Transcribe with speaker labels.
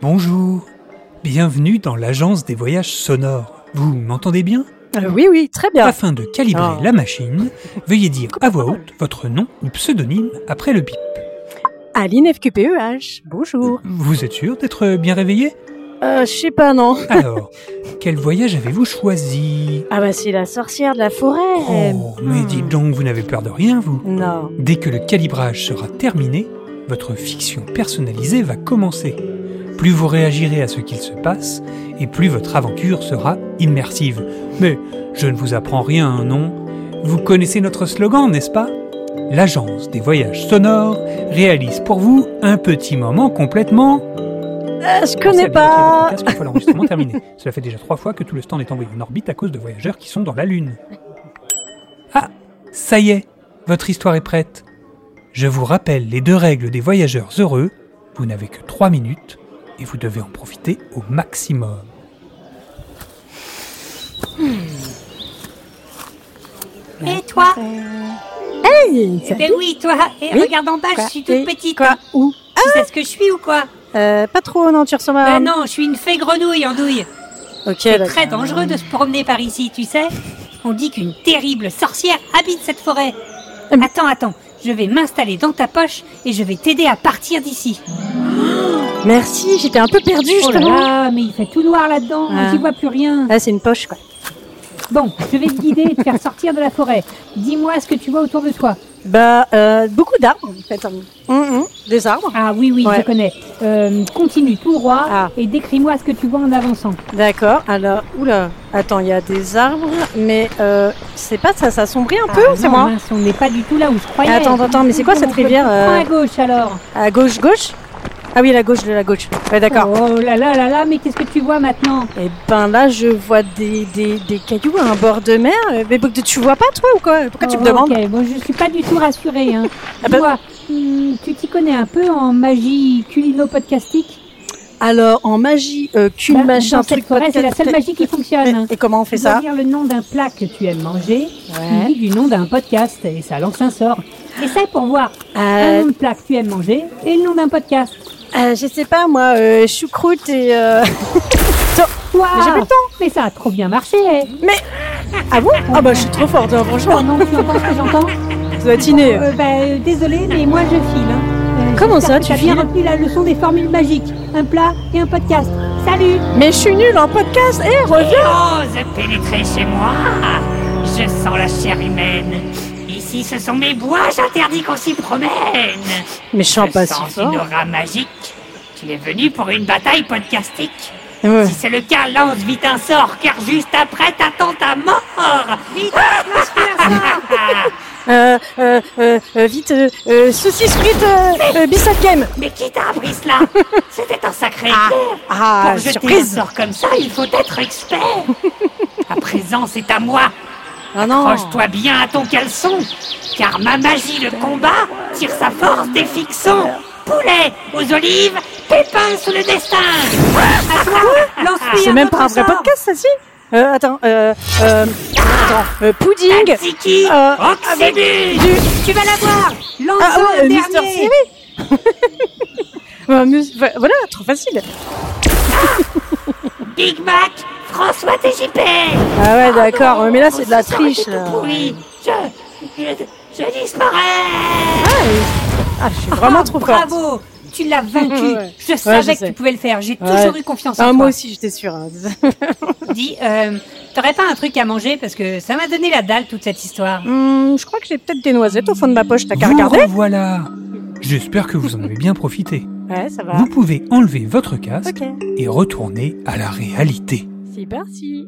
Speaker 1: Bonjour, bienvenue dans l'agence des voyages sonores. Vous m'entendez bien
Speaker 2: Euh, oui, oui, très bien.
Speaker 1: Afin de calibrer
Speaker 2: Ah.
Speaker 1: la machine, veuillez dire à voix haute votre nom ou pseudonyme après le bip.
Speaker 2: Aline FQPEH, E bonjour.
Speaker 1: Vous êtes sûr d'être bien réveillé
Speaker 2: Euh, je sais pas, non.
Speaker 1: Alors, quel voyage avez-vous choisi
Speaker 2: Ah bah c'est la sorcière de la forêt.
Speaker 1: Oh, mais
Speaker 2: Hmm.
Speaker 1: dites donc, vous n'avez peur de rien, vous
Speaker 2: Non.
Speaker 1: Dès que le calibrage sera terminé, votre fiction personnalisée va commencer. Plus vous réagirez à ce qu'il se passe, et plus votre aventure sera immersive. Mais je ne vous apprends rien, non Vous connaissez notre slogan, n'est-ce pas L'agence des voyages sonores réalise pour vous un petit moment complètement...
Speaker 2: Euh, je
Speaker 1: Pensez à bien retirer
Speaker 2: connais
Speaker 1: votre
Speaker 2: pas.
Speaker 1: casque une fois l'enregistrement terminé. Cela fait déjà trois fois que tout le stand est envoyé en orbite à cause de voyageurs qui sont dans la Lune. Ah, ça y est, votre histoire est prête. Je vous rappelle les deux règles des voyageurs heureux. Vous n'avez que trois minutes et vous devez en profiter au maximum.
Speaker 3: Et toi
Speaker 2: Hey,
Speaker 3: Eh
Speaker 2: ça-
Speaker 3: Ben oui, toi Et
Speaker 2: Bah, Oui.
Speaker 3: regarde en bas,
Speaker 2: Quoi
Speaker 3: je suis
Speaker 2: Et
Speaker 3: toute petite
Speaker 2: Quoi Ah. Où
Speaker 3: Tu sais ce que je suis ou quoi
Speaker 2: euh, Pas trop, non, tu ressembles à...
Speaker 3: Ben non, je suis une fée grenouille, Andouille
Speaker 2: Ok,
Speaker 3: C'est
Speaker 2: d'accord.
Speaker 3: très dangereux de se promener par ici, tu sais On dit qu'une terrible sorcière habite cette forêt
Speaker 2: Hum.
Speaker 3: Attends, attends, je vais m'installer dans ta poche et je vais t'aider à partir d'ici
Speaker 2: Merci, j'étais un peu perdue,
Speaker 3: Oh là
Speaker 2: justement.
Speaker 3: là, mais il fait tout noir là-dedans,
Speaker 2: Ah.
Speaker 3: on n'y voit plus rien
Speaker 2: Ah, c'est une poche, quoi.
Speaker 3: Bon, je vais te guider et te faire sortir de la forêt. Dis-moi ce que tu vois autour de toi.
Speaker 2: Bah, euh, beaucoup d'arbres, en fait. Hum, hum, Des arbres.
Speaker 3: Ah oui, oui,
Speaker 2: Ouais.
Speaker 3: je connais. Euh, continue tout droit
Speaker 2: Ah.
Speaker 3: et décris-moi ce que tu vois en avançant.
Speaker 2: D'accord, alors... Oula, attends, il y a des arbres, mais euh, c'est pas ça s'assombrit un peu,
Speaker 3: Ah
Speaker 2: c'est
Speaker 3: non,
Speaker 2: moi
Speaker 3: mince, on n'est pas du tout là où je croyais.
Speaker 2: Attends, attends, mais c'est quoi cette
Speaker 3: On peut
Speaker 2: rivière,
Speaker 3: tout
Speaker 2: euh,
Speaker 3: prendre à gauche alors.
Speaker 2: À gauche, gauche Ah oui, la gauche de la gauche. Ouais, d'accord.
Speaker 3: Oh là là là là, mais qu'est-ce que tu vois maintenant
Speaker 2: Et ben là, je vois des, des, des cailloux à un bord de mer. Euh, Mais bo- tu vois pas, toi, ou quoi Pourquoi tu me
Speaker 3: Oh,
Speaker 2: demandes
Speaker 3: ok, bon, je suis pas du tout rassurée. Hein.
Speaker 2: Ah bah-
Speaker 3: Toi, hmm, tu t'y connais un peu en magie culino-podcastique
Speaker 2: Alors, en magie, euh, cul,
Speaker 3: Bah,
Speaker 2: machin,
Speaker 3: dans cette
Speaker 2: truc,
Speaker 3: forêt, c'est la
Speaker 2: podcast-
Speaker 3: seule magie qui fonctionne. hein.
Speaker 2: Et, et comment on fait
Speaker 3: Tu dois
Speaker 2: ça
Speaker 3: dire le nom d'un plat que tu aimes manger, tu dis du nom d'un podcast et ça lance un sort. Essaye pour voir un
Speaker 2: Euh,
Speaker 3: nom de plat que tu aimes manger et le nom d'un podcast.
Speaker 2: euh, je sais pas, moi, euh, choucroute et... euh,
Speaker 3: Toi,
Speaker 2: Mais j'ai pas le
Speaker 3: mais ça a trop bien marché.
Speaker 2: Ah bon Ah bah, je suis trop forte, hein,
Speaker 3: Oh
Speaker 2: franchement.
Speaker 3: non, tu entends ce que j'entends
Speaker 2: Je dois tiner.
Speaker 3: Euh, bah, euh, désolé, mais moi je file. hein. Euh,
Speaker 2: Comment
Speaker 3: j'espère
Speaker 2: ça,
Speaker 3: que
Speaker 2: tu
Speaker 3: t'as bien
Speaker 2: files
Speaker 3: retenu la leçon des formules magiques, un plat et un podcast. Salut
Speaker 2: Mais je suis nulle en podcast. Eh, reviens
Speaker 4: Ose pénétrer chez moi Je sens la chair humaine. Ici, ce sont mes bois, j'interdis qu'on s'y promène.
Speaker 2: Mais je chante
Speaker 4: Je
Speaker 2: pas si
Speaker 4: sens
Speaker 2: fort.
Speaker 4: une aura magique. Tu es venu pour une bataille podcastique.
Speaker 2: Ouais.
Speaker 4: Si c'est le cas, lance vite un sort, car juste après, t'attends ta mort. Vite,
Speaker 2: Euh, euh, euh, euh, vite, euh, euh, saucisse frite, euh, euh, biscuit game.
Speaker 4: Mais qui t'a appris cela C'était un sacré éclair.
Speaker 2: Ah,
Speaker 4: pour jeter
Speaker 2: surprise
Speaker 4: un sort comme ça, il faut être expert. À présent, c'est à moi.
Speaker 2: Ah non
Speaker 4: Accroche-toi bien à ton caleçon, car ma magie de combat tire sa force des fictions. Poulet aux olives, pépins sous le destin. À toi, lance-lui
Speaker 2: Ah, C'est
Speaker 4: un
Speaker 2: même
Speaker 4: autre
Speaker 2: pas un vrai
Speaker 4: sort.
Speaker 2: podcast, ça, si euh, Attends, euh, euh, attends, euh, pudding
Speaker 4: Tzatziki,
Speaker 2: Euh,
Speaker 4: Oxybus.
Speaker 2: du...
Speaker 3: Tu vas l'avoir Lance
Speaker 2: Ah ouais,
Speaker 3: le
Speaker 2: euh, Mister
Speaker 3: dernier
Speaker 2: Siri Ouais, mais- enfin, Voilà, trop facile
Speaker 4: Big Mac, François TJP.
Speaker 2: Ah ouais, d'accord,
Speaker 4: Non,
Speaker 2: mais là, Ah, c'est de la
Speaker 4: ce soir était
Speaker 2: triche,
Speaker 4: tout
Speaker 2: là
Speaker 4: pourri. Je, je, je disparais.
Speaker 2: Ah, je suis vraiment
Speaker 3: Ah,
Speaker 2: trop forte
Speaker 3: Bravo Tu l'as vaincu
Speaker 2: Ouais.
Speaker 3: Je savais
Speaker 2: je
Speaker 3: que
Speaker 2: sais.
Speaker 3: tu pouvais le faire, j'ai
Speaker 2: Ouais.
Speaker 3: toujours eu confiance en
Speaker 2: ah,
Speaker 3: toi.
Speaker 2: moi aussi, j'étais sûre. hein.
Speaker 3: Dis, euh, t'aurais pas un truc à manger parce que ça m'a donné la dalle toute cette histoire.
Speaker 2: Hum, je crois que j'ai peut-être des noisettes au fond de ma poche, t'as qu'à regarder
Speaker 1: Vous voilà J'espère que vous en avez bien profité.
Speaker 2: Ouais, ça va.
Speaker 1: Vous pouvez enlever votre casque
Speaker 2: Bah. Ok,
Speaker 1: et retourner à la réalité.
Speaker 2: c'est parti